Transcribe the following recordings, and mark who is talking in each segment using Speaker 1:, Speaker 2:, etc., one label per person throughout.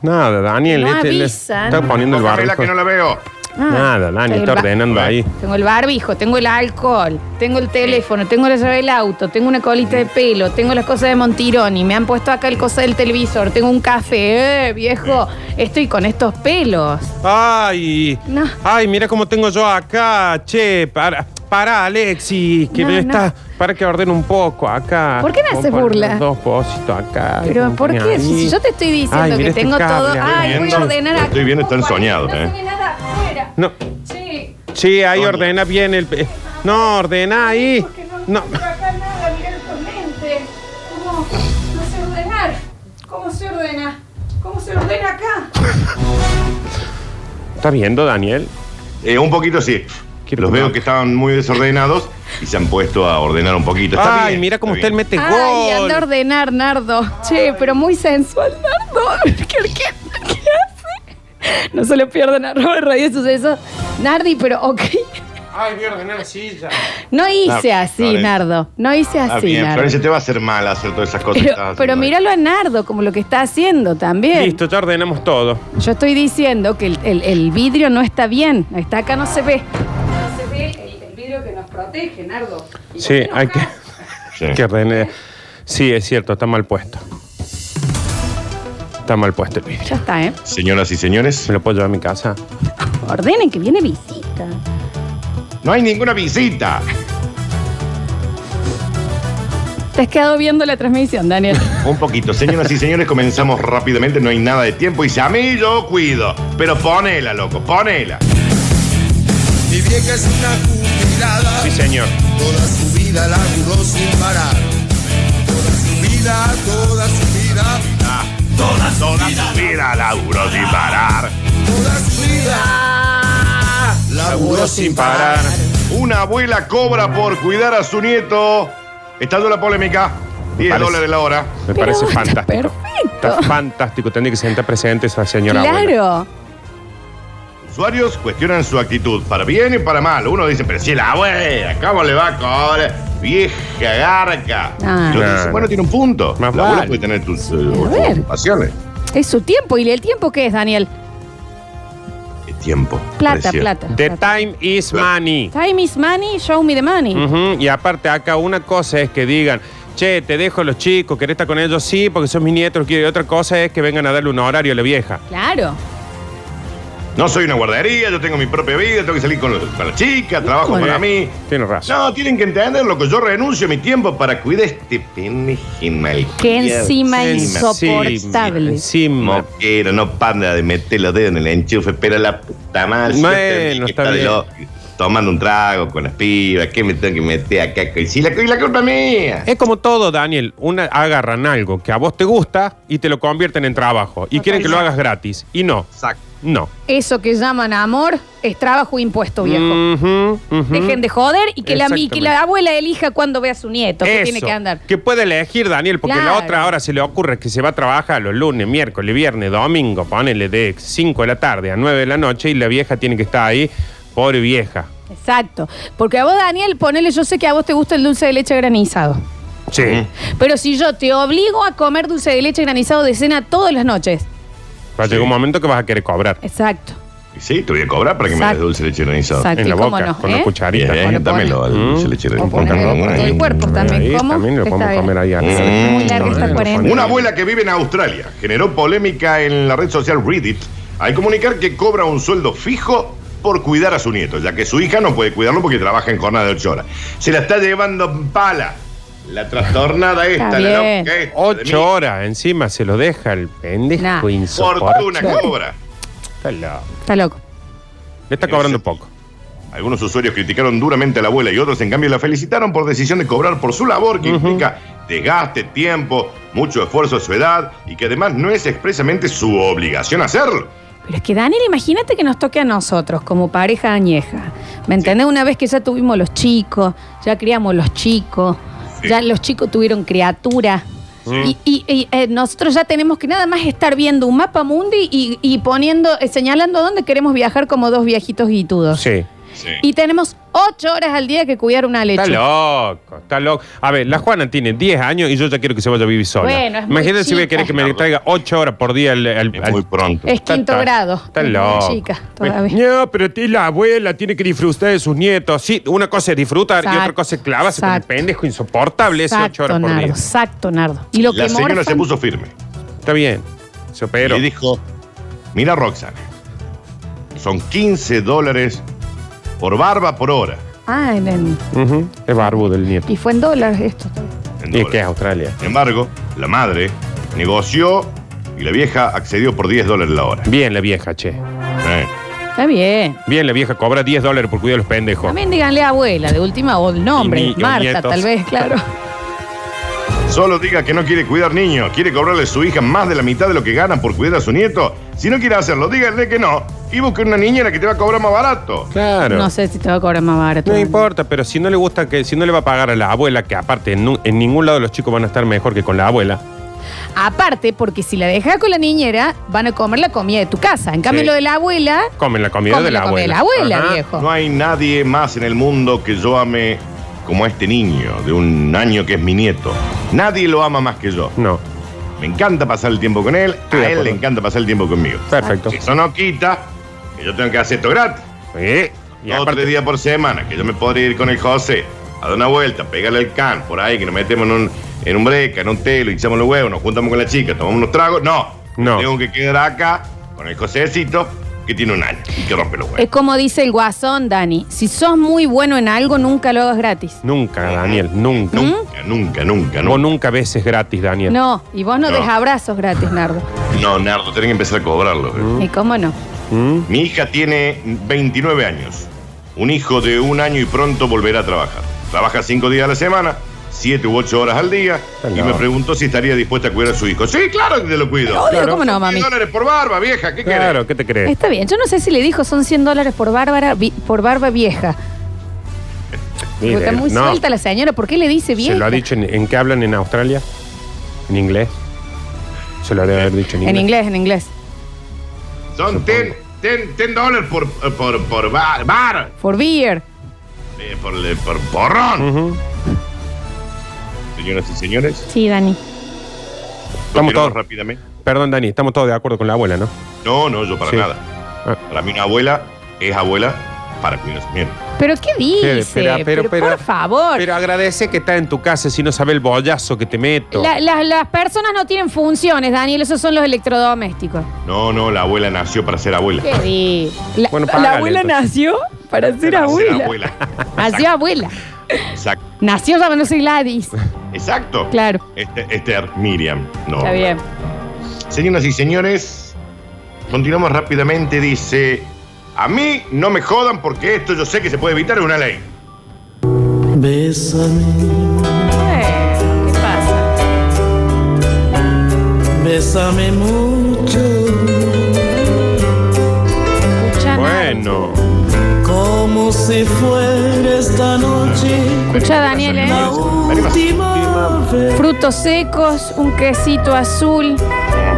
Speaker 1: Nada, Daniel. este,
Speaker 2: No
Speaker 1: le
Speaker 2: avisan.
Speaker 1: está poniendo el
Speaker 3: Ojalá que no
Speaker 1: barbijo.
Speaker 3: la veo.
Speaker 1: Nada, Dani,
Speaker 2: Ah. el
Speaker 1: está
Speaker 2: ba-
Speaker 1: ordenando ahí.
Speaker 2: Tengo el barbijo, tengo el alcohol, tengo el teléfono, tengo la llave del auto, tengo una colita de pelo, tengo las cosas de Montironi, me han puesto acá el cosa del televisor, tengo un café, eh, viejo, estoy con estos pelos.
Speaker 1: Ay,
Speaker 2: No.
Speaker 1: ay, mira cómo tengo yo acá, che, para, para Alexis, que
Speaker 2: No,
Speaker 1: me
Speaker 2: no.
Speaker 1: está, para que ordene un poco acá.
Speaker 2: ¿Por qué me
Speaker 1: Vos
Speaker 2: haces
Speaker 1: pones
Speaker 2: burla?
Speaker 1: los Dos pocitos acá.
Speaker 2: Pero
Speaker 1: y
Speaker 2: ¿por
Speaker 1: pones
Speaker 2: qué?
Speaker 1: ahí.
Speaker 2: Si yo te estoy
Speaker 1: Ay,
Speaker 2: diciendo
Speaker 1: mira
Speaker 2: que
Speaker 1: este
Speaker 2: tengo
Speaker 1: cable,
Speaker 2: todo,
Speaker 1: estoy
Speaker 2: ay, voy a
Speaker 1: viendo.
Speaker 2: ordenar
Speaker 3: Lo
Speaker 2: acá.
Speaker 3: estoy viendo, están
Speaker 2: No
Speaker 3: soñados,
Speaker 2: se
Speaker 3: eh.
Speaker 2: ve nada afuera.
Speaker 1: No,
Speaker 2: Sí.
Speaker 1: sí, ahí
Speaker 3: Coño.
Speaker 1: ordena bien el. eh, No, ordena ahí.
Speaker 2: Porque
Speaker 1: No.
Speaker 2: encuentro acá nada, mirá el ponente. ¿Cómo? No sé ordenar. ¿Cómo se ordena? ¿Cómo se ordena acá?
Speaker 1: ¿Estás viendo, Daniel?
Speaker 3: Eh, un poquito sí.
Speaker 1: Quiero
Speaker 3: Los
Speaker 1: probar.
Speaker 3: veo que estaban muy desordenados y se han puesto a ordenar un poquito. Está
Speaker 1: Ay,
Speaker 3: bien,
Speaker 1: mira cómo
Speaker 3: está
Speaker 1: usted
Speaker 3: bien.
Speaker 1: mete
Speaker 2: Ay, anda a
Speaker 1: Este gol.
Speaker 2: ordenar, Nardo. Che, pero muy sensual, Nardo. ¿Qué, qué, qué hace? No se lo pierdan a Robert Radio Suceso. Nardi, pero ok.
Speaker 1: Ay, voy a ordenar silla.
Speaker 2: No hice
Speaker 3: Ah,
Speaker 2: así,
Speaker 3: Florencia.
Speaker 2: Nardo. No hice
Speaker 3: Está
Speaker 2: así,
Speaker 3: bien,
Speaker 2: Ah, Nardo.
Speaker 3: Florencia, te va a hacer mal hacer todas esas cosas. que estás
Speaker 2: Pero,
Speaker 3: haciendo
Speaker 2: pero
Speaker 3: ahí.
Speaker 2: míralo a Nardo como lo que está haciendo también.
Speaker 1: Listo, ya ordenamos todo.
Speaker 2: Yo estoy diciendo que el, el- el vidrio no está bien. Está acá, no se ve. No se ve el, vidrio que nos protege, Nardo.
Speaker 1: Sí, hay que.
Speaker 3: Sí.
Speaker 1: Que ordene. Sí, es cierto, está mal puesto. Está mal puesto el vidrio.
Speaker 2: Ya está, ¿eh?
Speaker 3: Señoras y señores,
Speaker 1: ¿Me lo puedo llevar a mi casa?
Speaker 2: Ordenen que viene visita.
Speaker 3: no hay ninguna visita.
Speaker 2: Te has quedado viendo la transmisión, Daniel.
Speaker 3: Un poquito. Señoras y señores, comenzamos rápidamente. No hay nada de tiempo. Y si a mí yo cuido. Pero ponela, loco, ponela.
Speaker 4: Mi vieja es una jubilada,
Speaker 1: Sí, señor.
Speaker 4: toda su vida laburó sin parar. Toda su vida, toda su vida,
Speaker 3: Ah, toda, toda su vida laburo sin parar.
Speaker 4: toda su vida laburó sin parar.
Speaker 3: Una abuela cobra por cuidar a su nieto. Está dura la polémica. 10
Speaker 1: Parece.
Speaker 3: dólares la hora.
Speaker 1: Me
Speaker 2: Pero
Speaker 1: parece
Speaker 2: está
Speaker 1: fantástico. Está
Speaker 2: perfecto.
Speaker 1: fantástico. Tendría que sentar presente esa señora. abuela.
Speaker 2: Claro.
Speaker 3: Usuarios cuestionan su actitud, para bien y para mal. Uno dice, pero si la abuela, ¿cómo le va a cobrar? Vieja garca.
Speaker 2: Ah.
Speaker 3: Y otro
Speaker 1: No,
Speaker 3: dice,
Speaker 1: no.
Speaker 3: bueno, tiene un punto.
Speaker 1: Más
Speaker 3: la abuela
Speaker 1: vale.
Speaker 3: puede tener tus eh,
Speaker 2: ver.
Speaker 3: ocupaciones.
Speaker 2: Es su tiempo. ¿Y el tiempo qué es, Daniel?
Speaker 3: Eh, Tiempo.
Speaker 2: Plata,
Speaker 3: precio.
Speaker 2: plata.
Speaker 1: The
Speaker 2: plata.
Speaker 1: time is money.
Speaker 2: Time is money, show me the money.
Speaker 1: Ujú, Y aparte, acá una cosa es que digan, che, te dejo los chicos, querés estar con ellos, sí, porque son mis nietos, los quiero. Y otra cosa es que vengan a darle un horario a la vieja.
Speaker 2: Claro.
Speaker 3: No soy una guardería, yo tengo mi propia vida, tengo que salir con, con la chica, trabajo
Speaker 2: Bueno.
Speaker 3: para mí.
Speaker 1: Tienes razón.
Speaker 3: No, tienen que entender lo que yo renuncio a mi tiempo para cuidar este pendeje mal.
Speaker 2: Que encima
Speaker 1: Sí,
Speaker 2: insoportable.
Speaker 1: Sí, encima.
Speaker 3: Moquero, no panda de meter los dedos en el enchufe, pero la puta madre. si yo
Speaker 1: Bueno,
Speaker 3: tengo que
Speaker 1: está
Speaker 3: estar
Speaker 1: bien.
Speaker 3: lo- tomando un trago con las pibas, ¿qué me tengo que meter acá? Y si la, y la culpa es mía.
Speaker 1: Es como todo, Daniel. Una, agarran algo que a vos te gusta y te lo convierten en trabajo. Y quieren que lo hagas gratis. Y no,
Speaker 3: Exacto.
Speaker 1: no.
Speaker 2: Eso que llaman amor es trabajo e impuesto, viejo.
Speaker 1: Ujú, ujú.
Speaker 2: Dejen de joder y que, la, y que
Speaker 1: Mm-hmm. Exactamente.
Speaker 2: la abuela elija cuando ve a su nieto, que
Speaker 1: Eso,
Speaker 2: tiene que andar.
Speaker 1: Que puede elegir, Daniel, porque
Speaker 2: Claro.
Speaker 1: la otra ahora se le ocurre que se va a trabajar los lunes, miércoles, viernes, domingo. Ponele de 5 de la tarde a 9 de la noche y la vieja tiene que estar ahí. Pobre vieja.
Speaker 2: Exacto. Porque a vos, Daniel, ponele, yo sé que a vos te gusta el dulce de leche granizado.
Speaker 1: Sí.
Speaker 2: Pero si yo te obligo a comer dulce de leche granizado de cena todas las noches.
Speaker 1: Va a llegar un momento que vas a querer cobrar.
Speaker 2: Exacto.
Speaker 3: Y sí, te voy a cobrar para que me des
Speaker 2: Exacto.
Speaker 3: dulce de leche granizado.
Speaker 2: Exacto.
Speaker 1: En la
Speaker 2: ¿Y cómo
Speaker 1: boca,
Speaker 2: no,
Speaker 1: con
Speaker 2: eh?
Speaker 1: la cucharita.
Speaker 3: Bien,
Speaker 2: Bueno,
Speaker 3: eh, dámelo al dulce de leche
Speaker 2: O ponerle
Speaker 3: granizado.
Speaker 2: por todo el cuerpo también.
Speaker 1: Ahí
Speaker 2: ¿Cómo?
Speaker 1: también lo
Speaker 2: Está
Speaker 1: podemos
Speaker 2: bien.
Speaker 1: comer ahí
Speaker 2: Sí,
Speaker 1: arriba.
Speaker 2: Muy larga esta
Speaker 1: Mm.
Speaker 2: cuarentena.
Speaker 3: Una abuela que vive en Australia generó polémica en la red social Reddit al comunicar que cobra un sueldo fijo por cuidar a su nieto, ya que su hija no puede cuidarlo porque trabaja en jornada de 8 horas. Se la está llevando en pala. La trastornada esta, la
Speaker 2: bien.
Speaker 3: loca esta. de
Speaker 1: Ocho
Speaker 3: mí.
Speaker 1: horas encima se lo deja el pendejo
Speaker 2: Nah.
Speaker 1: insoportable.
Speaker 3: Fortuna cobra.
Speaker 1: Está loco.
Speaker 2: Está loco.
Speaker 1: Le está cobrando poco.
Speaker 3: Algunos usuarios criticaron duramente a la abuela y otros, en cambio, la felicitaron por decisión de cobrar por su labor, que implica desgaste, tiempo, mucho esfuerzo a su edad y que además no es expresamente su obligación hacerlo.
Speaker 2: Pero es que, Daniel, imagínate que nos toque a nosotros como pareja añeja. ¿Me entendés? Una vez que ya tuvimos los chicos, ya criamos los chicos,
Speaker 3: Sí.
Speaker 2: ya los chicos tuvieron criatura. Y, y- y, eh, nosotros ya tenemos que nada más estar viendo un mapa mundi y, y poniendo, eh, señalando dónde queremos viajar como dos viejitos guitudos.
Speaker 1: Sí.
Speaker 2: Y tenemos ocho horas al día que cuidar una
Speaker 1: Está
Speaker 2: leche.
Speaker 1: loco, está loco. A ver, la Juana tiene 10 años y yo ya quiero que se vaya a vivir sola.
Speaker 2: Bueno, es muy
Speaker 1: Imagínate si voy a
Speaker 2: chica.
Speaker 1: querer que me traiga 8 horas por día al. al-
Speaker 3: Es
Speaker 1: al-
Speaker 3: muy pronto.
Speaker 2: Es
Speaker 1: Está-
Speaker 2: quinto
Speaker 1: está-
Speaker 2: grado.
Speaker 1: Está
Speaker 2: Es muy
Speaker 1: loco.
Speaker 2: chica todavía.
Speaker 1: No, pero ti- la abuela tiene que disfrutar de sus nietos. Sí, una cosa es disfrutar y
Speaker 2: Exacto,
Speaker 1: otra cosa es clavarse con el
Speaker 2: exacto.
Speaker 1: pendejo insoportable ese 8
Speaker 2: Exacto,
Speaker 1: horas por
Speaker 2: Nardo.
Speaker 1: día.
Speaker 2: Exacto, Nardo. Y lo
Speaker 3: la
Speaker 2: que
Speaker 3: señora se
Speaker 2: morfan-
Speaker 3: puso firme
Speaker 1: Está bien, se operó.
Speaker 3: y dijo, mira Roxana, son 15 dólares por barba por hora.
Speaker 2: Ah, en- en-
Speaker 1: Ujú, Es barbudo el nieto.
Speaker 2: y fue en dólares esto.
Speaker 3: en
Speaker 1: ¿Y
Speaker 3: dólares".
Speaker 1: qué es Australia?
Speaker 3: Sin embargo, la madre negoció y la vieja accedió por 10 dólares la hora.
Speaker 1: Bien la vieja, che.
Speaker 3: Eh,
Speaker 2: Está bien.
Speaker 1: Bien la vieja cobra 10 dólares por cuidar a los pendejos.
Speaker 2: También díganle abuela, de última, o el nombre,
Speaker 1: Y ni- o
Speaker 2: Marta,
Speaker 1: nietos.
Speaker 2: tal vez, claro.
Speaker 3: Solo diga que no quiere cuidar niños, quiere cobrarle a su hija más de la mitad de lo que gana por cuidar a su nieto. Si no quiere hacerlo, díganle que no y busque una niñera que te va a cobrar más barato.
Speaker 1: Claro.
Speaker 2: No sé si te va a cobrar más barato.
Speaker 1: No importa, pero si no le gusta que, si no le va a pagar a la abuela, que aparte en, nu- en ningún lado los chicos van a estar mejor que con la abuela.
Speaker 2: Aparte, porque si la dejas con la niñera, van a comer la comida de tu casa. En cambio,
Speaker 1: Sí.
Speaker 2: lo de la abuela,
Speaker 1: Comen la comida
Speaker 2: Comen
Speaker 1: de la
Speaker 2: la comida
Speaker 1: abuela.
Speaker 2: de la abuela,
Speaker 1: Ajá.
Speaker 2: viejo.
Speaker 3: No hay nadie más en el mundo que yo ame como a este niño de un año que es mi nieto. Nadie lo ama más que yo.
Speaker 1: No,
Speaker 3: Me encanta pasar el tiempo con él,
Speaker 1: de
Speaker 3: a él le
Speaker 1: acuerdo.
Speaker 3: encanta pasar el tiempo conmigo.
Speaker 1: perfecto.
Speaker 2: Ah,
Speaker 3: Eso no quita que yo tengo que hacer esto gratis.
Speaker 1: Sí. Y
Speaker 3: Dos o
Speaker 1: aparte,
Speaker 3: tres días por semana, que yo me podría ir con el José a dar una vuelta, pegarle el can por ahí, que nos metemos en un, en un breca, en un telo, hinchamos los huevos, nos juntamos con la chica, tomamos unos tragos. No,
Speaker 1: No.
Speaker 3: tengo que quedar acá con el Josécito, que tiene un año y que rompe los huevos.
Speaker 2: es como dice el guasón, Dani. Si sos muy bueno en algo, nunca lo hagas gratis.
Speaker 1: nunca, Daniel, nunca.
Speaker 3: Nunca, nunca, nunca,
Speaker 1: ¿Mm? Vos
Speaker 3: nunca.
Speaker 1: nunca ves es gratis, Daniel.
Speaker 2: No, y vos no,
Speaker 3: No.
Speaker 2: dejas abrazos gratis, Nardo.
Speaker 3: No, Nardo, tenés que empezar a cobrarlo. eh.
Speaker 2: ¿Y cómo no?
Speaker 1: ¿Mm?
Speaker 3: Mi hija tiene 29 años. Un hijo de un año y pronto volverá a trabajar. Trabaja cinco días a la semana, siete u ocho horas al día. Y
Speaker 1: no.
Speaker 3: me preguntó si estaría dispuesta a cuidar a su hijo. Sí, claro que te lo cuido.
Speaker 2: Obvio, ¿cómo no, mami?
Speaker 3: 100 dólares por barba, vieja, ¿qué
Speaker 1: Claro, ¿qué te crees?
Speaker 2: Está bien, yo no sé si le dijo son 100 dólares por, Bárbara, vi- por barba vieja. Porque
Speaker 1: Mire,
Speaker 2: está muy
Speaker 1: no.
Speaker 2: suelta la señora, ¿por qué le dice vieja?
Speaker 1: ¿Se lo ha dicho en, en qué hablan en Australia? ¿En inglés? Se lo debe haber dicho en inglés.
Speaker 2: En inglés, en inglés.
Speaker 3: querés? Son 10 10 10 dólares por, por, por bar, bar,
Speaker 2: For beer.
Speaker 3: eh, por, le- por porrón.
Speaker 1: Ujú.
Speaker 3: Señoras y señores,
Speaker 2: Sí, Dani.
Speaker 1: Estamos
Speaker 3: continuamos
Speaker 1: todos-
Speaker 3: rápidamente.
Speaker 1: Perdón, Dani, estamos todos de acuerdo con la abuela, ¿no?
Speaker 3: No, no, yo para
Speaker 1: Sí.
Speaker 3: nada.
Speaker 1: Ah,
Speaker 3: Para mí una abuela es abuela para cuidar a su nieto.
Speaker 2: ¿Pero qué dice?
Speaker 1: Espera, pero,
Speaker 2: Pero,
Speaker 1: pero,
Speaker 2: por favor.
Speaker 1: Pero agradece que está en tu casa si no sabe el bollazo que te meto.
Speaker 2: La- la- las personas no tienen funciones, Daniel, esos son los electrodomésticos.
Speaker 3: No, no, la abuela nació para ser abuela.
Speaker 2: ¿Qué dice? La,
Speaker 1: Bueno,
Speaker 2: la
Speaker 1: págale,
Speaker 2: abuela
Speaker 1: entonces.
Speaker 2: nació para ser
Speaker 3: Para ser
Speaker 2: abuela.
Speaker 3: abuela.
Speaker 2: Nació abuela.
Speaker 3: Exacto.
Speaker 2: Nació llamándose Gladys.
Speaker 3: Exacto.
Speaker 2: Claro.
Speaker 3: Este, Esther, Miriam. No.
Speaker 2: Está bien.
Speaker 3: Señoras y señores, continuamos rápidamente. Dice: A mí no me jodan porque esto yo sé que se puede evitar, es una ley.
Speaker 5: Bésame,
Speaker 2: Bueno, ¿Qué pasa?
Speaker 5: bésame mucho,
Speaker 2: Escucha, Nardo.
Speaker 1: Bueno,
Speaker 5: como si fuera esta noche
Speaker 2: Escucha, Daniel, ¿eh?
Speaker 5: la última vez.
Speaker 2: Frutos secos, un quesito azul,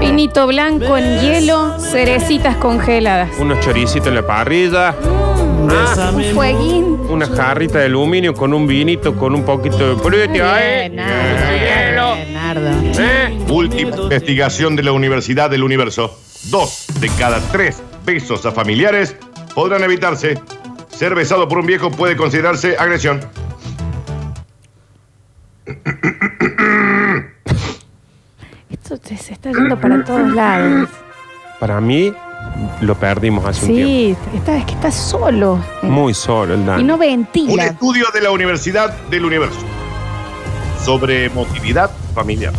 Speaker 2: vinito blanco en hielo, cerecitas congeladas.
Speaker 1: unos choricitos en la parrilla,
Speaker 2: Un
Speaker 5: Bésame
Speaker 2: fueguín.
Speaker 1: una jarrita de aluminio con un vinito, con un poquito de
Speaker 2: Muy
Speaker 1: fruto, ¿eh?
Speaker 2: bien, Nardo.
Speaker 1: Hielo.
Speaker 2: Bien, Nardo.
Speaker 1: ¿Eh?
Speaker 3: Última investigación de la Universidad del Universo: Dos de cada tres besos a familiares podrán evitarse. Ser besado por un viejo puede considerarse agresión.
Speaker 2: Esto te- se está yendo para todos lados.
Speaker 1: Para mí, lo perdimos hace un tiempo.
Speaker 2: Sí, esta vez que estás solo.
Speaker 1: Muy solo el
Speaker 2: Y
Speaker 1: Dani.
Speaker 2: no
Speaker 3: Un
Speaker 2: ventila.
Speaker 3: estudio de la Universidad del Universo sobre emotividad familiar.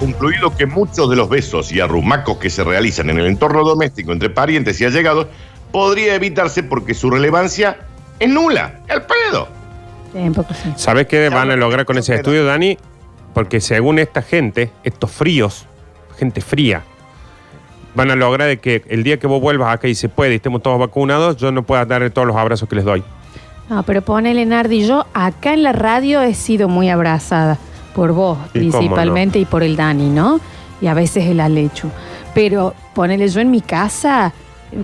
Speaker 3: concluido que muchos de los besos y arrumacos que se realizan en el entorno doméstico entre parientes y allegados podría evitarse porque su relevancia es nula. ¡El pedo!
Speaker 2: Sí, un poco pues sí.
Speaker 1: ¿Sabes qué van a lograr con ese estudio, Dani? Porque según esta gente, estos fríos, gente fría, van a lograr de que el día que vos vuelvas acá y se puede y estemos todos vacunados, yo no pueda darle todos los abrazos que les doy.
Speaker 2: No, pero ponele, Nardi, yo acá en la radio he sido muy abrazada por vos,
Speaker 1: Y cómo
Speaker 2: principalmente, y por el Dani, ¿no? Y a veces el Alechu. Pero ponele, yo en mi casa,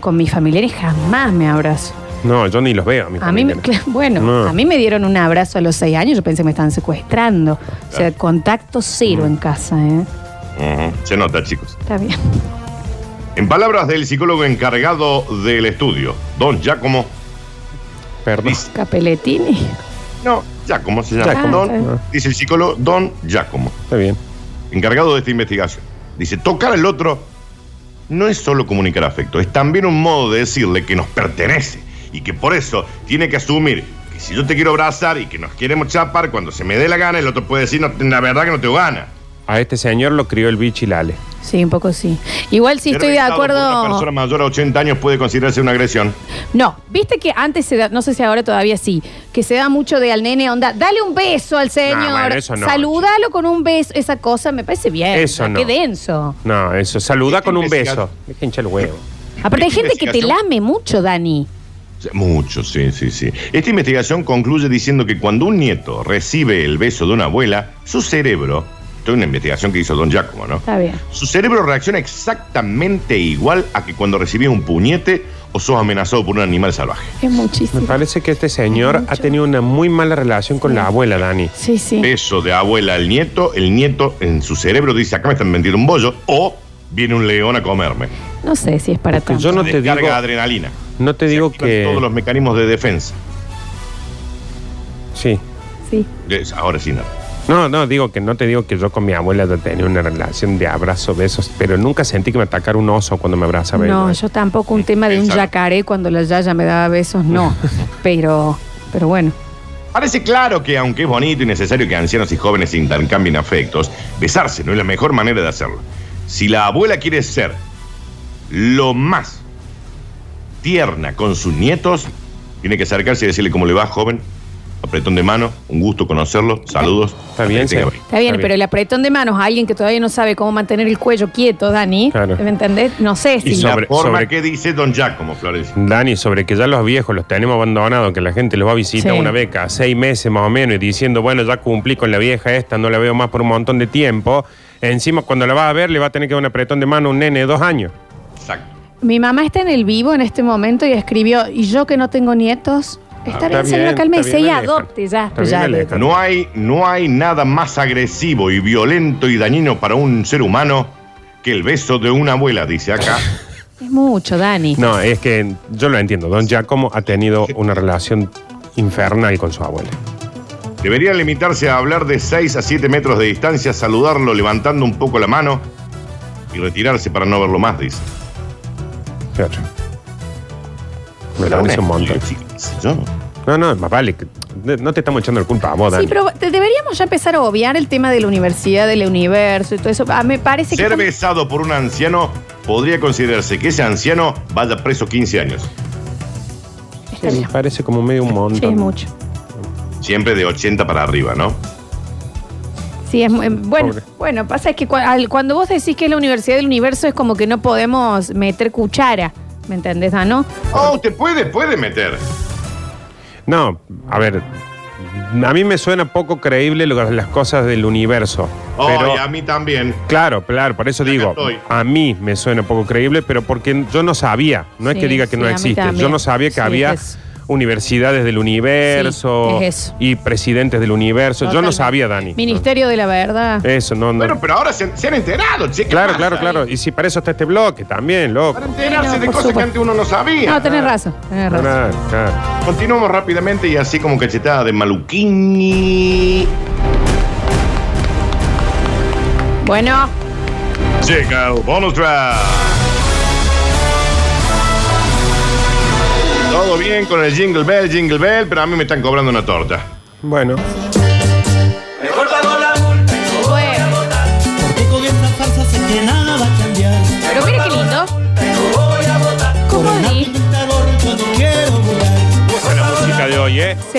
Speaker 2: con mis familiares jamás me abrazo.
Speaker 1: No, yo ni los veo. A, mi
Speaker 2: A mí, me-
Speaker 1: familia.
Speaker 2: claro, bueno,
Speaker 1: No.
Speaker 2: a mí me dieron un abrazo a los seis años, yo pensé que me estaban secuestrando. O sea, contacto cero
Speaker 1: Mm.
Speaker 2: en casa, ¿eh?
Speaker 3: Ujú, Se nota, chicos.
Speaker 2: Está bien.
Speaker 3: En palabras del psicólogo encargado del estudio, don Giacomo,
Speaker 1: Perdón.
Speaker 3: dice,
Speaker 2: Capelletini.
Speaker 3: no, Giacomo se llama,
Speaker 1: Giacomo.
Speaker 3: Don, dice el psicólogo don Giacomo.
Speaker 1: Está bien.
Speaker 3: encargado de esta investigación. Dice, tocar al otro no es solo comunicar afecto, es también un modo de decirle que nos pertenece y que por eso tiene que asumir que si yo te quiero abrazar y que nos queremos chapar, cuando se me dé la gana, el otro puede decir, "No, la verdad que no tengo ganas.
Speaker 1: A este señor lo crió el bichi Lale.
Speaker 2: Sí, un poco sí. Igual sí
Speaker 3: Ser
Speaker 2: estoy de
Speaker 3: besado por Una
Speaker 2: acuerdo.
Speaker 3: persona mayor a 80 años puede considerarse una agresión.
Speaker 2: No, viste que antes se da, no sé si ahora todavía sí, que se da mucho de al nene onda, dale un beso al señor,
Speaker 1: bueno, eso no.
Speaker 2: salúdalo con un beso, esa cosa me parece bien.
Speaker 1: Eso no.
Speaker 2: Qué denso.
Speaker 1: No, eso. Saluda
Speaker 3: Esta
Speaker 1: con un
Speaker 3: investigación-
Speaker 1: beso. Deja hinchar el huevo.
Speaker 2: Aparte hay
Speaker 3: Esta
Speaker 2: gente que te
Speaker 3: investigación-
Speaker 2: lame mucho, Dani.
Speaker 3: Mucho, sí, sí, sí. Esta investigación concluye diciendo que cuando un nieto recibe el beso de una abuela, su cerebro, esto es una investigación que hizo don Giacomo, ¿no?
Speaker 2: Está bien.
Speaker 3: Su cerebro reacciona exactamente igual a que cuando recibía un puñete o sos amenazado por un animal salvaje.
Speaker 2: Es
Speaker 1: Me
Speaker 2: muchísimo.
Speaker 1: parece que este señor ha tenido una muy mala relación con la abuela, Dani.
Speaker 2: Sí, sí.
Speaker 3: Beso de abuela al nieto, el nieto en su cerebro dice, acá me están vendiendo un bollo, o viene un león a comerme.
Speaker 2: No sé si es para
Speaker 1: Porque
Speaker 2: tanto.
Speaker 1: yo no te
Speaker 3: Descarga
Speaker 1: digo-
Speaker 3: adrenalina.
Speaker 1: No te
Speaker 3: Se
Speaker 1: digo
Speaker 3: activan
Speaker 1: que.
Speaker 3: Todos los mecanismos de defensa.
Speaker 1: Sí.
Speaker 2: Sí.
Speaker 3: Es- Ahora sí, no.
Speaker 1: No, no, digo que no te digo que yo con mi abuela ya tenía una relación de abrazo, besos, pero nunca sentí que me atacara un oso cuando me abrazaba.
Speaker 2: No,
Speaker 1: ella.
Speaker 2: yo tampoco un tema de un
Speaker 3: Exacto.
Speaker 2: yacaré cuando la yaya me daba besos, no. pero, pero bueno.
Speaker 3: Parece claro que, aunque es bonito y necesario que ancianos y jóvenes intercambien afectos, besarse no es la mejor manera de hacerlo. Si la abuela quiere ser lo más tierna con sus nietos, tiene que acercarse y decirle cómo le va, joven. Apretón de mano, un gusto conocerlo, saludos.
Speaker 1: Está bien,
Speaker 3: Hasta que
Speaker 1: sí.
Speaker 3: tenga-
Speaker 2: Está bien,
Speaker 1: Está bien.
Speaker 2: pero el apretón de manos a alguien que todavía no sabe cómo mantener el cuello quieto, Dani.
Speaker 1: Claro.
Speaker 2: ¿Me entendés? No sé si.
Speaker 1: Y
Speaker 3: La
Speaker 1: Sobre-
Speaker 3: forma
Speaker 1: sobre-
Speaker 3: que dice Don Giacomo, Florencia.
Speaker 1: Dani, sobre que ya los viejos los tenemos abandonados, que la gente los va a visitar
Speaker 2: Sí.
Speaker 1: una beca, seis meses más o menos, y diciendo, bueno, ya cumplí con la vieja esta, no la veo más por un montón de tiempo. Encima, cuando la vas a ver, le va a tener que dar un apretón de mano a un nene de dos años.
Speaker 3: Exacto.
Speaker 2: Mi mamá está en el vivo en este momento y escribió, y yo que no tengo nietos, está bien, señora, cálmese y
Speaker 1: Alejandro.
Speaker 2: adopte ya.
Speaker 1: Está bien,
Speaker 2: ya le-
Speaker 1: Alejandro.
Speaker 3: No hay, no hay nada más agresivo y violento y dañino para un ser humano que el beso de una abuela, dice acá.
Speaker 2: es mucho, Dani.
Speaker 1: No, es que yo lo entiendo. Don Giacomo ha tenido una relación infernal con su abuela.
Speaker 3: Debería limitarse a hablar de 6 a 7 metros de distancia, saludarlo levantando un poco la mano y retirarse para no verlo más, dice.
Speaker 1: Claro. Me parece un montón.
Speaker 3: Sí, sí, yo.
Speaker 1: No, no, más vale. que- No te estamos echando la culpa a vos, Dani.
Speaker 2: Sí, pero te- deberíamos ya empezar a obviar el tema de la universidad, del universo y todo eso. Ah, me parece que.
Speaker 3: Ser besado por un anciano podría considerarse que ese anciano vaya preso 15 años.
Speaker 2: Está
Speaker 1: Sí,
Speaker 2: bien.
Speaker 1: me parece como medio un montón.
Speaker 2: Sí, es mucho.
Speaker 3: Siempre de 80 para arriba, ¿no?
Speaker 2: Sí, es muy- em, bueno,
Speaker 1: Pobre.
Speaker 2: bueno, pasa es que cua- al- cuando vos decís que es la universidad del universo es como que no podemos meter cuchara. ¿Me entendés, Dano?
Speaker 3: Oh, usted puede, puede meter.
Speaker 1: No, a ver. A mí me suena poco creíble lo- las cosas del universo.
Speaker 3: Oh,
Speaker 1: pero,
Speaker 3: y a mí también.
Speaker 1: claro, claro, por eso
Speaker 3: Acá
Speaker 1: digo,
Speaker 3: estoy.
Speaker 1: a mí me suena poco creíble, pero porque yo no sabía, no es
Speaker 2: Sí,
Speaker 1: que diga
Speaker 2: sí,
Speaker 1: que no
Speaker 2: a mí
Speaker 1: existe,
Speaker 2: también.
Speaker 1: yo no sabía que
Speaker 2: Sí,
Speaker 1: había
Speaker 2: es-
Speaker 1: universidades del universo
Speaker 2: Sí, es eso.
Speaker 1: y presidentes del universo, yo no
Speaker 2: Totalmente.
Speaker 1: sabía, Dani.
Speaker 2: Ministerio de la Verdad.
Speaker 3: Eh,
Speaker 1: Eso, no, no.
Speaker 3: Bueno, pero ahora se, se han enterado, che. ¿qué
Speaker 1: claro,
Speaker 3: pasa?
Speaker 1: claro, claro. Y si para eso está este bloque también, loco.
Speaker 3: Para enterarse
Speaker 2: Sí, no, por
Speaker 3: de cosas que
Speaker 2: supuesto.
Speaker 3: antes uno no sabía.
Speaker 2: No, tenés razón, tenés razón.
Speaker 1: Claro, claro.
Speaker 3: Continuamos rápidamente y así como cachetada de maluquini.
Speaker 2: Bueno,
Speaker 3: Llega el bonus track. Todo bien con el jingle bell, jingle bell, pero a mí me están cobrando una torta.
Speaker 1: Bueno,
Speaker 2: bueno.
Speaker 5: Por poco que
Speaker 1: ¿eh?
Speaker 2: Sí.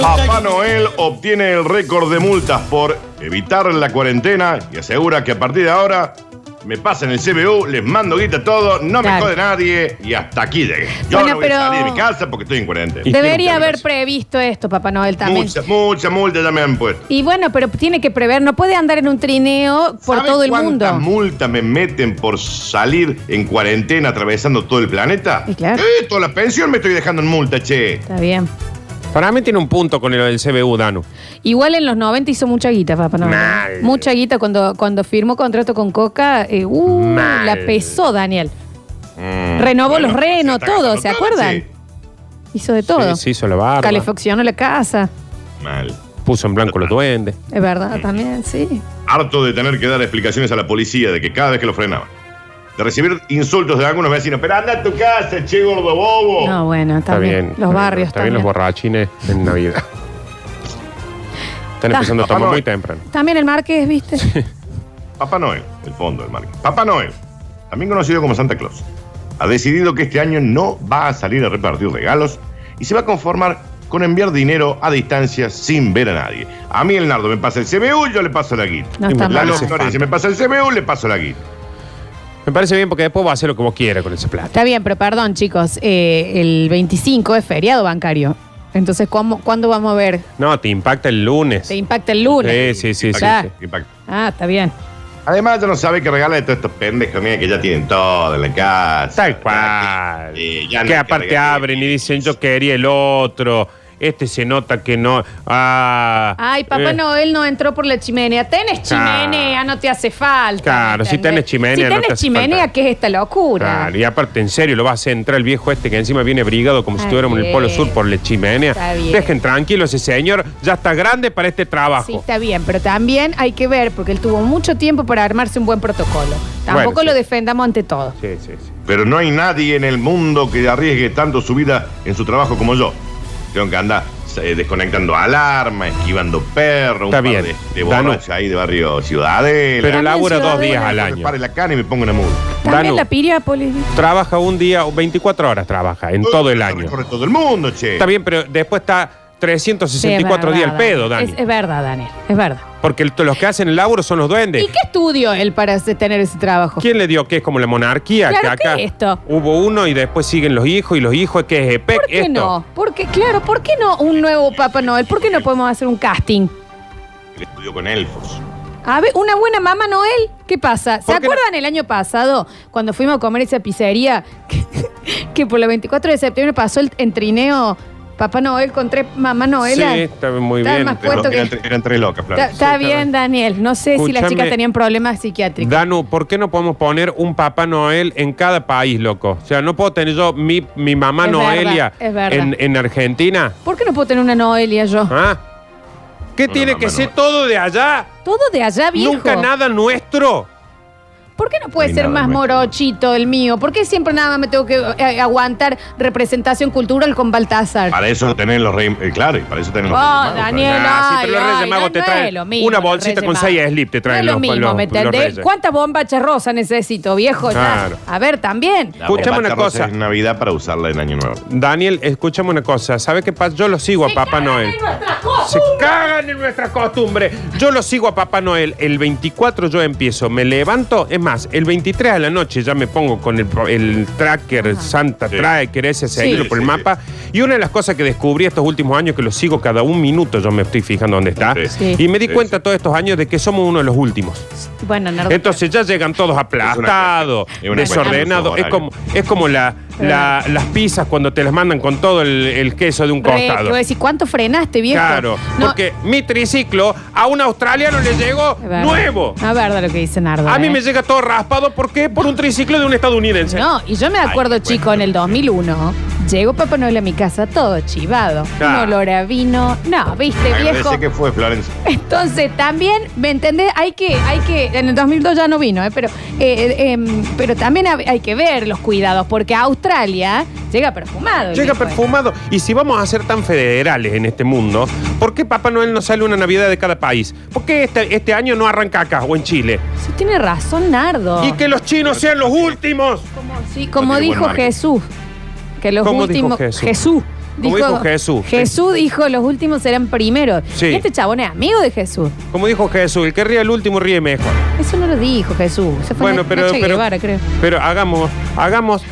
Speaker 3: Papá Noel obtiene el récord de multas por evitar la cuarentena y asegura que a partir de ahora me pasan el CBU, les mando guita a todo, no me
Speaker 2: Claro.
Speaker 3: jode nadie y hasta aquí llegué. Yo
Speaker 2: Bueno,
Speaker 3: no voy
Speaker 2: pero-
Speaker 3: a salir de mi casa porque estoy en cuarentena.
Speaker 1: Y-
Speaker 2: Debería
Speaker 3: quiero que
Speaker 2: haber
Speaker 3: hagas.
Speaker 2: previsto esto, Papá Noel, también.
Speaker 3: Mucha, mucha multa ya me han puesto.
Speaker 2: Y bueno, pero tiene que prever, no puede andar en un trineo por
Speaker 3: ¿Sabes
Speaker 2: todo el
Speaker 3: cuántas
Speaker 2: mundo.
Speaker 3: multas me meten por salir en cuarentena atravesando todo el planeta?
Speaker 2: Y claro.
Speaker 3: Eh, toda la pensión me estoy dejando en multa, che.
Speaker 2: Está bien.
Speaker 1: Para mí tiene un punto con lo del CBU, Danu.
Speaker 2: Igual en los 90 hizo mucha guita, Papá Noel.
Speaker 1: Mal.
Speaker 2: Mucha guita cuando, cuando firmó contrato con Coca. eh, uh,
Speaker 1: Mal.
Speaker 2: la pesó Daniel.
Speaker 3: Mm,
Speaker 2: Renovó
Speaker 3: bueno,
Speaker 2: los renos,
Speaker 3: se está
Speaker 2: todo,
Speaker 3: gastando
Speaker 2: ¿se
Speaker 3: todo,
Speaker 2: acuerdan? Hizo de todo.
Speaker 1: Sí, se hizo la barba.
Speaker 2: Calefaccionó la casa.
Speaker 3: sí. Mal.
Speaker 1: Puso en blanco los duendes.
Speaker 2: Es
Speaker 1: Mm.
Speaker 2: verdad, también, sí.
Speaker 3: Harto de tener que dar explicaciones a la policía de que cada vez que lo frenaban. De recibir insultos de algunos vecinos. Pero anda a tu casa, che, gordo bobo.
Speaker 2: No, bueno,
Speaker 1: Oh. Está
Speaker 2: también.
Speaker 1: bien.
Speaker 2: los
Speaker 1: está bien,
Speaker 2: barrios
Speaker 1: Está
Speaker 2: también.
Speaker 1: bien los borrachines en Navidad. Están
Speaker 2: Ta-
Speaker 1: empezando a
Speaker 3: Papá
Speaker 1: tomar muy
Speaker 3: Noel.
Speaker 1: temprano.
Speaker 2: También el Marqués, ¿viste?
Speaker 3: Papá Noel, el fondo del marco. Papá Noel, también conocido como Santa Claus, ha decidido que este año no va a salir a repartir regalos y se va a conformar con enviar dinero a distancia sin ver a nadie. A mí el nardo me pasa el CBU, yo le paso la guita.
Speaker 2: No está
Speaker 3: Lalo
Speaker 2: mal.
Speaker 1: parece
Speaker 3: Flores,
Speaker 1: fan.
Speaker 3: si me pasa el CBU, le paso la guita.
Speaker 1: Me parece bien porque después va a hacer lo que vos quieras con ese plato.
Speaker 2: Está bien, pero perdón, chicos. eh, el 25 es feriado bancario. Entonces, ¿cómo- ¿cuándo vamos a ver?
Speaker 1: No, te impacta el lunes.
Speaker 2: Se impacta el lunes.
Speaker 1: Sí, sí, sí. sí,
Speaker 2: Claro.
Speaker 1: sí.
Speaker 3: Qué impacto.
Speaker 2: Ah, está bien.
Speaker 3: Además, ya no sabe que regala de todos estos pendejos, mira, que ya tienen todo en la casa.
Speaker 1: Tal cual.
Speaker 3: Eh, ya no
Speaker 1: que
Speaker 3: hay
Speaker 1: aparte
Speaker 3: regalar.
Speaker 1: abren y dicen yo quería el otro. Este se nota que no. Ah,
Speaker 2: Ay, Papá
Speaker 1: eh,
Speaker 2: Noel no entró por la chimenea. Tenés chimenea, no te hace falta.
Speaker 1: Claro, si
Speaker 2: ¿entendés?
Speaker 1: tenés chimenea,
Speaker 2: Si
Speaker 1: no
Speaker 2: tenés
Speaker 1: te hace
Speaker 2: chimenea,
Speaker 1: falta.
Speaker 2: ¿qué es esta locura?
Speaker 1: Claro, y aparte, en serio, lo vas a entrar el viejo este que encima viene brigado como si
Speaker 2: Está
Speaker 1: estuviéramos en el
Speaker 2: bien.
Speaker 1: Polo Sur por la chimenea.
Speaker 2: Está bien.
Speaker 1: Dejen tranquilo ese señor, ya está grande para este trabajo.
Speaker 2: Sí, está bien, pero también hay que ver, porque él tuvo mucho tiempo para armarse un buen protocolo. Tampoco
Speaker 1: Bueno, sí.
Speaker 2: lo defendamos ante todo.
Speaker 1: sí, sí, sí.
Speaker 3: Pero no hay nadie en el mundo que arriesgue tanto su vida en su trabajo como yo. Tengo que andar eh, desconectando alarma, esquivando perros,
Speaker 1: Está
Speaker 3: un par
Speaker 1: bien.
Speaker 3: de, de
Speaker 1: Danu.
Speaker 3: borrachos ahí de barrio Ciudadela.
Speaker 1: Pero
Speaker 2: También
Speaker 1: labura dos
Speaker 2: ciudadana.
Speaker 1: días al
Speaker 3: Después
Speaker 1: año.
Speaker 3: pare la cana y me pongo una multa.
Speaker 2: También
Speaker 1: Danu.
Speaker 2: la Piriápolis.
Speaker 1: Trabaja un día, o 24 horas trabaja, en todo el año.
Speaker 3: Recorre todo el mundo, che.
Speaker 1: Está bien, pero después está
Speaker 2: Sí, es
Speaker 1: 364 días al
Speaker 2: verdad,
Speaker 1: pedo,
Speaker 2: Daniel.
Speaker 1: Dani.
Speaker 2: Es, es verdad, Daniel, es verdad.
Speaker 1: Porque el- los que hacen el laburo son los duendes.
Speaker 2: ¿Y qué estudio él para hacer- tener ese trabajo?
Speaker 1: ¿Quién le dio que es como la monarquía?
Speaker 2: Claro,
Speaker 1: que acá
Speaker 2: ¿qué es esto?
Speaker 1: hubo uno y después siguen los hijos y los hijos que es EPEC.
Speaker 2: ¿Por qué
Speaker 1: esto.
Speaker 2: no? Porque, claro, ¿por qué no un nuevo Papá Noel? ¿Por qué no podemos hacer un casting?
Speaker 3: Él Estudió con elfos.
Speaker 2: A ver, una buena mamá Noel, ¿qué pasa? ¿Se
Speaker 1: ¿Por qué no?
Speaker 2: acuerdan el año pasado cuando fuimos a comer esa pizzería que, que por la 24 de septiembre pasó el en trineo Papá Noel con tres mamá
Speaker 1: Sí,
Speaker 2: Noelas?
Speaker 1: está muy
Speaker 2: Está
Speaker 1: bien.
Speaker 2: más
Speaker 1: pero-
Speaker 2: Puesto
Speaker 3: Eran,
Speaker 2: que-
Speaker 3: tre- eran tres locas,
Speaker 2: Está,
Speaker 3: Flores.
Speaker 2: está bien, Daniel. No sé si las chicas
Speaker 1: Escúchame.
Speaker 2: tenían problemas psiquiátricos.
Speaker 1: Danu, ¿por qué no podemos poner un Papá Noel en cada país, loco? O sea, no puedo tener yo mi, mi mamá
Speaker 2: Es
Speaker 1: Noelia
Speaker 2: verdad, es verdad.
Speaker 1: En, en Argentina.
Speaker 2: ¿Por qué no puedo tener una Noelia yo?
Speaker 1: ¿Ah? ¿Qué
Speaker 3: Una
Speaker 1: tiene
Speaker 3: mamá
Speaker 1: que ser
Speaker 3: Noel.
Speaker 1: todo de allá?
Speaker 2: Todo de allá, viejo.
Speaker 1: Nunca nada nuestro.
Speaker 2: ¿Por qué no puede
Speaker 3: No hay
Speaker 2: ser
Speaker 3: nada
Speaker 2: más
Speaker 3: nuestro.
Speaker 2: morochito el mío? ¿Por qué siempre nada más me tengo que eh, aguantar representación cultural con Baltasar?
Speaker 3: Para eso tenés los reyes. eh, claro, y para eso tenés los
Speaker 2: Oh,
Speaker 3: Reyes Magos,
Speaker 2: Daniel,
Speaker 3: Flores.
Speaker 1: Ah, sí, pero los
Speaker 2: ay,
Speaker 1: Reyes
Speaker 2: ay,
Speaker 1: Magos
Speaker 2: no,
Speaker 1: te
Speaker 2: no
Speaker 1: traen
Speaker 2: es lo mismo,
Speaker 1: una
Speaker 2: los
Speaker 1: bolsita
Speaker 2: Reyes
Speaker 1: con
Speaker 2: Magos.
Speaker 1: seis slip, te traen
Speaker 2: No es
Speaker 1: los-
Speaker 2: lo mismo,
Speaker 1: los-
Speaker 2: ¿me
Speaker 1: los
Speaker 2: entendés?
Speaker 1: Reyes.
Speaker 2: ¿Cuántas bombachas rosa necesito, viejo? Ya.
Speaker 1: Claro.
Speaker 2: A ver, también.
Speaker 3: La
Speaker 1: Escuchame
Speaker 3: bombacha
Speaker 1: una
Speaker 3: rosa
Speaker 1: cosa.
Speaker 3: es En Navidad para usarla en Año Nuevo.
Speaker 1: Daniel, escúchame una cosa. ¿Sabe qué pasa? Yo lo sigo a Papá Noel. Se cagan en nuestras costumbres. Yo lo sigo a Papá Noel. El 24 yo empiezo. Me levanto. Es más, el 23 a la noche ya me pongo con el, pro- el tracker, el Santa
Speaker 3: Sí.
Speaker 1: Tracker ese, seguirlo
Speaker 3: Sí,
Speaker 1: por
Speaker 3: sí,
Speaker 1: el mapa. Y una de las cosas que descubrí estos últimos años, que lo sigo cada un minuto, yo me estoy fijando dónde está.
Speaker 3: Sí.
Speaker 1: Y me di
Speaker 3: Sí,
Speaker 1: cuenta todos estos años de que somos uno de los últimos.
Speaker 2: Uh. Bueno, Nardo.
Speaker 1: Entonces ya llegan todos aplastados,
Speaker 3: Es una cuestión de
Speaker 1: desordenados. Es
Speaker 3: horarios.
Speaker 1: como, es como la, la- las pizzas cuando te las mandan con todo el, el queso de un
Speaker 2: Re, te
Speaker 1: costado.
Speaker 2: voy a decir, ¿cuánto frenaste, viejo?
Speaker 1: Claro,
Speaker 2: No,
Speaker 1: porque mi triciclo a un australiano le llegó
Speaker 2: es verdad.
Speaker 1: nuevo.
Speaker 2: No es verdad lo que dice Nardo.
Speaker 1: A mí
Speaker 2: ¿eh?
Speaker 1: me llega todo raspado, ¿por qué? Por un triciclo de un estadounidense.
Speaker 2: No, y yo me acuerdo,
Speaker 3: Ay, qué
Speaker 2: chico,
Speaker 3: cuento.
Speaker 2: en el 2001, llegó Papá Noel a mi casa todo chivado.
Speaker 1: Claro.
Speaker 2: Un olor a vino. No, viste, viejo.
Speaker 3: Agradece que fue, Florencia.
Speaker 2: Entonces, también, ¿me entendés? Hay que, hay que, en el 2002 ya no vino, ¿eh? pero, eh, eh, em, pero también hab- hay que ver los cuidados, porque a Australia llega perfumado. el
Speaker 1: Llega
Speaker 2: viejo, ¿eh?
Speaker 1: perfumado. Y si vamos a ser tan federales en este mundo, ¿por qué Papá Noel no sale una Navidad de cada país? ¿Por qué este, este año no arranca acá o en Chile?
Speaker 2: Sí, tiene razón, Nardo.
Speaker 1: Y que los chinos sean los últimos.
Speaker 2: Como, sí, como
Speaker 3: No tiene buen
Speaker 2: dijo
Speaker 3: marketing.
Speaker 2: Jesús, que los
Speaker 1: ¿Cómo dijo
Speaker 2: últimos...
Speaker 1: Jesús?
Speaker 2: Jesús.
Speaker 1: Como dijo Jesús.
Speaker 2: Jesús dijo, los últimos serán primeros.
Speaker 1: Sí.
Speaker 2: Y este chabón es amigo de Jesús.
Speaker 1: Como dijo Jesús, el que ríe el último ríe mejor.
Speaker 2: Eso no lo dijo Jesús. Eso fue
Speaker 1: Bueno,
Speaker 2: Nacho
Speaker 1: pero, pero,
Speaker 2: Guevara, creo.
Speaker 1: pero hagamos, hagamos,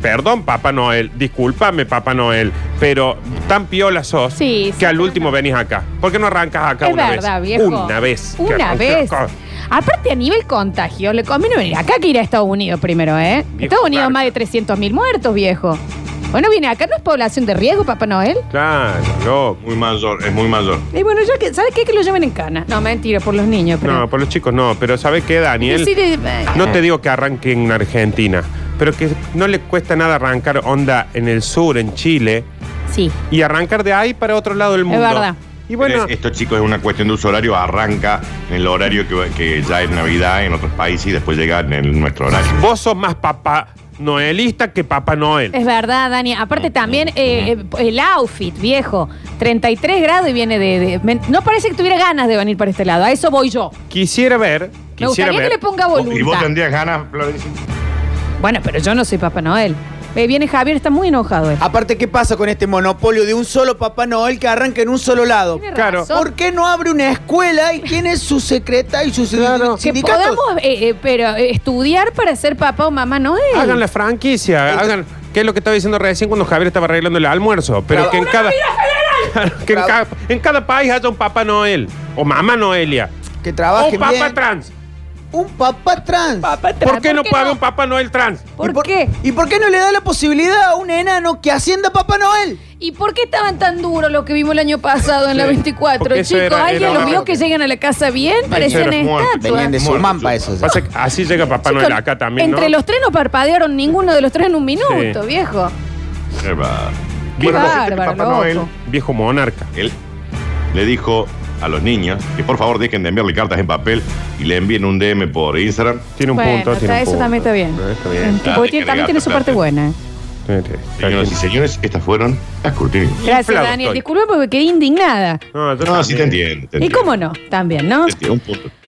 Speaker 1: perdón, Papá Noel, discúlpame, Papá Noel, pero tan piola sos
Speaker 2: Sí, sí,
Speaker 1: que al
Speaker 2: tenés
Speaker 1: último venís acá. ¿Por qué no arrancas acá
Speaker 2: Es
Speaker 1: una
Speaker 2: verdad,
Speaker 1: vez?
Speaker 2: viejo.
Speaker 1: Una vez. que
Speaker 2: Una
Speaker 1: arranques
Speaker 2: vez.
Speaker 1: acá.
Speaker 2: Aparte, a nivel contagio, le conviene venir acá que ir a Estados Unidos primero, ¿eh?
Speaker 1: Viejo
Speaker 2: Estados Unidos
Speaker 1: garca.
Speaker 2: más de 300.000 muertos, viejo. Bueno, viene acá, ¿no es población de riesgo, Papá Noel?
Speaker 1: Claro, loco.
Speaker 3: Muy mayor, es muy mayor.
Speaker 2: Y bueno, yo que, ¿sabes qué? Que lo lleven en cana. No, mentira, por los niños, pero.
Speaker 1: No, por los chicos no, pero ¿sabes qué, Daniel?
Speaker 2: Decirle, eh,
Speaker 1: No te digo que arranque en Argentina, pero que no le cuesta nada arrancar onda en el sur, en Chile,
Speaker 2: Sí.
Speaker 1: y arrancar de ahí para otro lado del mundo.
Speaker 2: verdad.
Speaker 1: Y bueno,
Speaker 3: Pero esto, chicos, es una cuestión de uso horario. Arranca en el horario que, que ya es Navidad en otros países y después llega en el- nuestro horario.
Speaker 1: vos sos más papá noelista que papá Noel.
Speaker 2: Es verdad, Dani. Aparte también eh, eh, el outfit, viejo. 33 grados y viene de... de- me- no parece que tuviera ganas de venir para este lado. A eso voy yo.
Speaker 1: Quisiera ver,
Speaker 2: Me
Speaker 1: quisiera Oh,
Speaker 2: gustaría que
Speaker 1: ver.
Speaker 2: le ponga
Speaker 3: ¿Y vos
Speaker 2: voluntad.
Speaker 3: tendrías ganas, Florencia?
Speaker 2: Bueno, pero yo no soy Papá Noel. Eh, viene Javier, está muy enojado.
Speaker 1: Ah,
Speaker 2: él.
Speaker 6: Aparte, ¿qué pasa con este monopolio de un solo Papá Noel que arranca en un solo lado?
Speaker 2: Tiene
Speaker 1: claro.
Speaker 2: razón.
Speaker 6: ¿Por qué no abre una escuela y tiene su secreta y sus
Speaker 2: Que
Speaker 6: sindicatos?
Speaker 2: podamos eh, eh, pero, eh, estudiar para ser papá o mamá Noel.
Speaker 1: Hagan la franquicia, hagan. ¿Qué es lo que estaba diciendo recién cuando Javier estaba arreglando el almuerzo? Pero
Speaker 6: Bravo.
Speaker 1: que en cada. que en,
Speaker 6: Bravo.
Speaker 1: cada, en cada país haya un papá Noel o mamá Noelia.
Speaker 6: Ah, Que
Speaker 1: O
Speaker 6: trabajen
Speaker 1: papá
Speaker 6: bien.
Speaker 1: trans.
Speaker 6: Un papá trans.
Speaker 2: Papá tra-
Speaker 1: ¿Por qué no puede haber un papá Noel trans?
Speaker 6: ¿Y
Speaker 2: ¿Por qué?
Speaker 6: ¿Y por qué no le da la posibilidad a un enano que hacienda Papá Noel?
Speaker 2: ¿Y por qué estaban tan duros lo que vimos el año pasado en la
Speaker 1: Sí,
Speaker 2: 24,
Speaker 1: porque eso
Speaker 2: chicos?
Speaker 1: era-
Speaker 2: ¿Alguien
Speaker 1: era
Speaker 2: lo
Speaker 1: una-
Speaker 2: vio que llegan a la casa bien?
Speaker 3: era
Speaker 2: Parecían
Speaker 3: muerto.
Speaker 2: estatuas.
Speaker 6: Venían de
Speaker 3: Muerto,
Speaker 6: Sumampa
Speaker 3: chupa.
Speaker 6: esos.
Speaker 1: Pasa que así llega Papá
Speaker 2: Chicos,
Speaker 1: Noel acá también,
Speaker 2: Entre
Speaker 1: ¿no?
Speaker 2: los tres no parpadearon ninguno de los tres en un minuto, viejo.
Speaker 3: Qué bárbaro.
Speaker 1: Qué
Speaker 3: Bueno,
Speaker 2: bárbaro,
Speaker 3: Papá
Speaker 2: loco.
Speaker 3: Noel,
Speaker 1: Viejo monarca.
Speaker 3: él le dijo a los niños que por favor dejen de enviarle cartas en papel y le envíen un DM por Instagram.
Speaker 1: Tiene un
Speaker 2: Bueno,
Speaker 1: punto,
Speaker 2: está-
Speaker 1: tiene un
Speaker 2: eso
Speaker 1: punto.
Speaker 2: también está bien.
Speaker 1: Eh, Está
Speaker 2: Eh,
Speaker 1: bien.
Speaker 2: tipo,
Speaker 3: dale,
Speaker 2: tiene-
Speaker 3: que
Speaker 2: también tiene su
Speaker 3: regata,
Speaker 2: parte
Speaker 3: plata.
Speaker 2: buena.
Speaker 1: Sí, sí, está
Speaker 3: Señoras y
Speaker 1: bien.
Speaker 3: señores, estas fueron las cortinas.
Speaker 2: Gracias,
Speaker 1: Inflado
Speaker 2: Daniel.
Speaker 1: estoy.
Speaker 2: Disculpe porque quedé indignada.
Speaker 1: No, yo
Speaker 3: No, sí te
Speaker 1: también.
Speaker 3: entiendo. te
Speaker 2: ¿Y
Speaker 3: entiendo.
Speaker 2: cómo no? También, ¿no?
Speaker 3: Te entiendo, un punto.